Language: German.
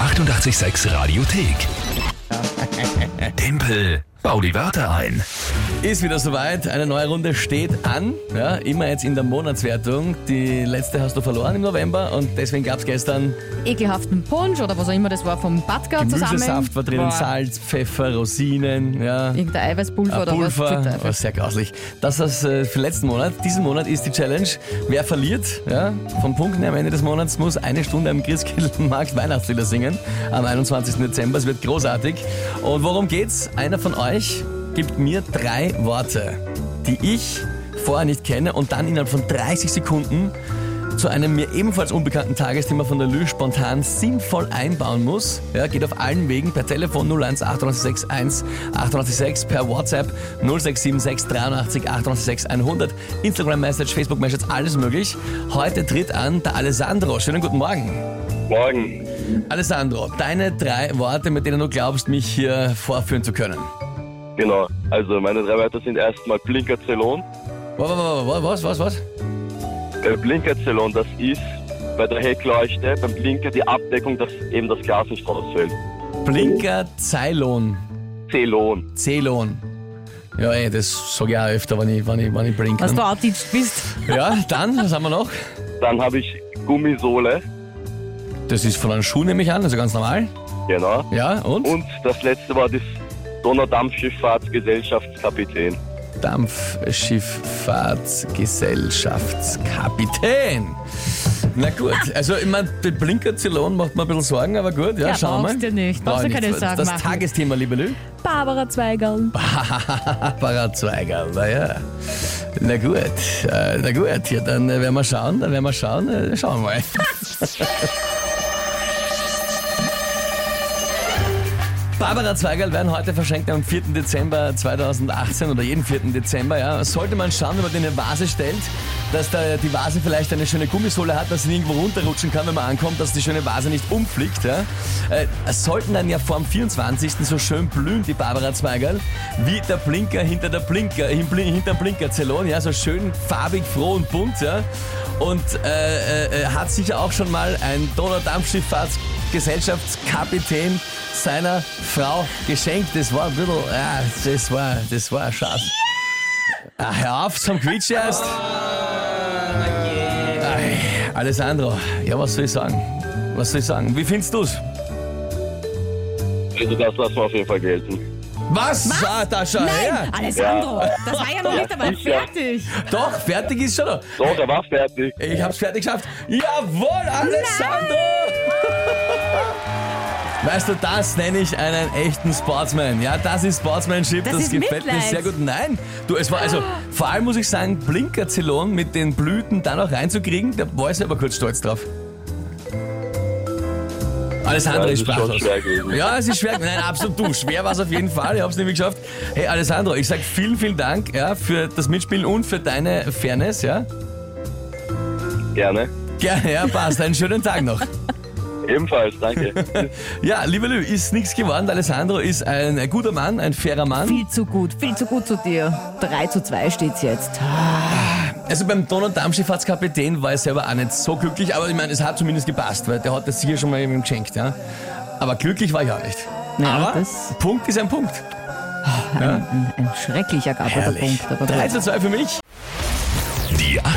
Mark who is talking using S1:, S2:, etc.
S1: 886 Radiothek. Tempel, bau die Wörter ein.
S2: Ist wieder soweit, eine neue Runde steht an. Ja, immer jetzt in der Monatswertung. Die letzte hast du verloren im November und deswegen gab es gestern
S3: ekelhaften Punsch oder was auch immer das war vom Badger zusammen.
S2: Gemüsesaft, war drinnen
S3: Boah,
S2: Salz, Pfeffer, Rosinen, ja.
S3: Irgendein Eiweißpulver
S2: Ein
S3: oder was.
S2: Pulver,
S3: zum Teufel.
S2: war sehr grauslich. Das ist äh, für letzten Monat. Diesen Monat ist die Challenge, wer verliert, ja, von Punkten am Ende des Monats muss eine Stunde am Christkindlmarkt Weihnachtslieder singen. Am 21. Dezember, es wird großartig. Und worum geht's? Einer von euch gibt mir drei Worte, die ich vorher nicht kenne und dann innerhalb von 30 Sekunden zu einem mir ebenfalls unbekannten Tagesthema von der Lü spontan sinnvoll einbauen muss, ja, geht auf allen Wegen per Telefon 01 886 886 per WhatsApp 0676 83 886 100, Instagram-Message, Facebook-Message, alles möglich. Heute tritt an der Alessandro. Schönen guten Morgen.
S4: Morgen.
S2: Alessandro, deine drei Worte, mit denen du glaubst, mich hier vorführen zu können.
S4: Genau. Also meine drei Wörter sind erstmal Blinkerzelon.
S2: Wa- wa- wa- wa- Was, was, was?
S4: Äh, Blinkerzelon, das ist bei der Heckleuchte, beim Blinker die Abdeckung, dass eben das Glas nicht rausfällt.
S2: Blinker, Ceylon,
S4: Zelon.
S2: Ceylon. Ja, ey, das sage ich auch öfter, wenn ich, wenn ich, wenn ich blinke.
S3: Dass du outditched bist.
S2: Ja, dann, was haben wir noch?
S4: Dann habe ich Gummisohle.
S2: Das ist von einem Schuh, nehme ich an, also ganz normal.
S4: Genau.
S2: Ja, und?
S4: Und das letzte war das Donaudampfschifffahrtsgesellschaftskapitän.
S2: Dampfschifffahrtsgesellschaftskapitän. Na gut, also ich meine, den Blinkerzylon macht mir ein bisschen Sorgen, aber gut, ja,
S3: Ja,
S2: schauen wir.
S3: brauchst du nicht,
S2: Brauch
S3: brauchst
S2: ich
S3: du keine
S2: nicht.
S3: Sorgen
S2: Das
S3: machen.
S2: Tagesthema, liebe Lü.
S3: Barbara Zweigerl.
S2: Ah, Barbara Zweiger, naja. Na gut, äh, na gut, ja, dann äh, werden wir schauen, dann werden wir schauen, äh, schauen wir mal. Barbara Zweigerl werden heute verschenkt am 4. Dezember 2018 oder jeden 4. Dezember. Ja. Sollte man schauen, wenn man in eine Vase stellt, dass da die Vase vielleicht eine schöne Gummisohle hat, dass sie irgendwo runterrutschen kann, wenn man ankommt, dass die schöne Vase nicht umfliegt. Ja. Äh, es sollten dann ja vor dem 24. so schön blühen, die Barbara Zweigerl, wie der Blinker hinter der Blinker, hin- blin- hinter Blinkerzellon. Ja, so schön farbig, froh und bunt. Ja. Und äh, äh, äh, hat sicher auch schon mal ein Donaudampfschifffahrts Gesellschaftskapitän seiner Frau geschenkt. Das war ein bisschen, ja, das war, das war ein Schatz. Ah, hör auf zum Quitsch erst. Ei, Alessandro, ja, was soll ich sagen? Was soll ich sagen? Wie findest du's?
S4: Also das lassen wir auf jeden Fall gelten.
S2: Was? was? Ah, da schau her.
S3: Nein, Alessandro, das war ja noch nicht einmal
S4: sicher.
S3: fertig.
S2: Doch, fertig ist schon. noch.
S4: So, der war fertig.
S2: Ich hab's fertig geschafft. Jawohl, Alessandro! Weißt du, das nenne ich einen echten Sportsman. Ja, das ist Sportsmanship,
S3: Das
S2: das
S3: ist
S2: gefällt mir
S3: Mitleid.
S2: sehr gut. Nein, du, es war also, vor allem muss ich sagen, Blinkerzellon mit den Blüten da noch reinzukriegen, da war ich selber kurz stolz drauf. Alessandro
S4: Ja,
S2: ist
S4: das ist schon
S2: sprachlos.
S4: schwer gewesen.
S2: Ja, es ist schwer. Nein, absolut du. Schwer war es auf jeden Fall. Ich habe es nämlich geschafft. Hey, Alessandro, ich sag vielen, vielen Dank ja, für das Mitspielen und für deine Fairness. Ja,
S4: Gerne.
S2: Gerne, ja, passt. Einen schönen Tag noch.
S4: Ebenfalls, danke.
S2: Ja, lieber Lü, ist nichts geworden. Alessandro ist ein, ein guter Mann, ein fairer Mann.
S3: Viel zu gut, viel zu gut zu dir. 3 zu 2 steht's jetzt.
S2: Also beim Don- und Dampfschifffahrtskapitän war er selber auch nicht so glücklich, aber ich meine, es hat zumindest gepasst, weil der hat das sicher schon mal jemandem geschenkt, ja. Aber glücklich war ich auch nicht.
S3: Ja,
S2: aber
S3: das-
S2: Punkt ist ein Punkt.
S3: Ein schrecklicher Gatter, der
S2: Herrlich.
S3: Punkt. Aber
S2: 3
S3: gut.
S2: zu 2 für mich.
S1: Die